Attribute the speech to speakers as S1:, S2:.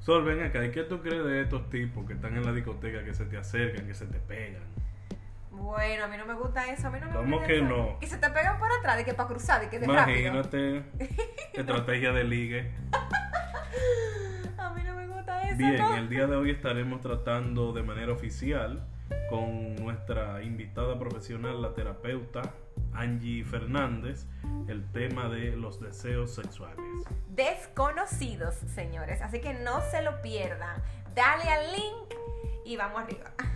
S1: Sol, ven acá, ¿y qué tú crees de estos tipos que están en la discoteca, que se te acercan, que se te pegan?
S2: Bueno, a mí no me gusta eso. A mí no me
S1: ¿Cómo
S2: gusta
S1: que
S2: eso.
S1: no?
S2: Que se te pegan para atrás, de que para cruzar, de que de rápido.
S1: Imagínate, estrategia de ligue.
S2: A mí no me gusta eso.
S1: Bien,
S2: ¿no?
S1: el día de hoy estaremos tratando de manera oficial con nuestra invitada profesional, la terapeuta Angie Fernández, el tema de los deseos sexuales.
S2: Desconocidos, señores. Así que no se lo pierdan. Dale al link y vamos arriba.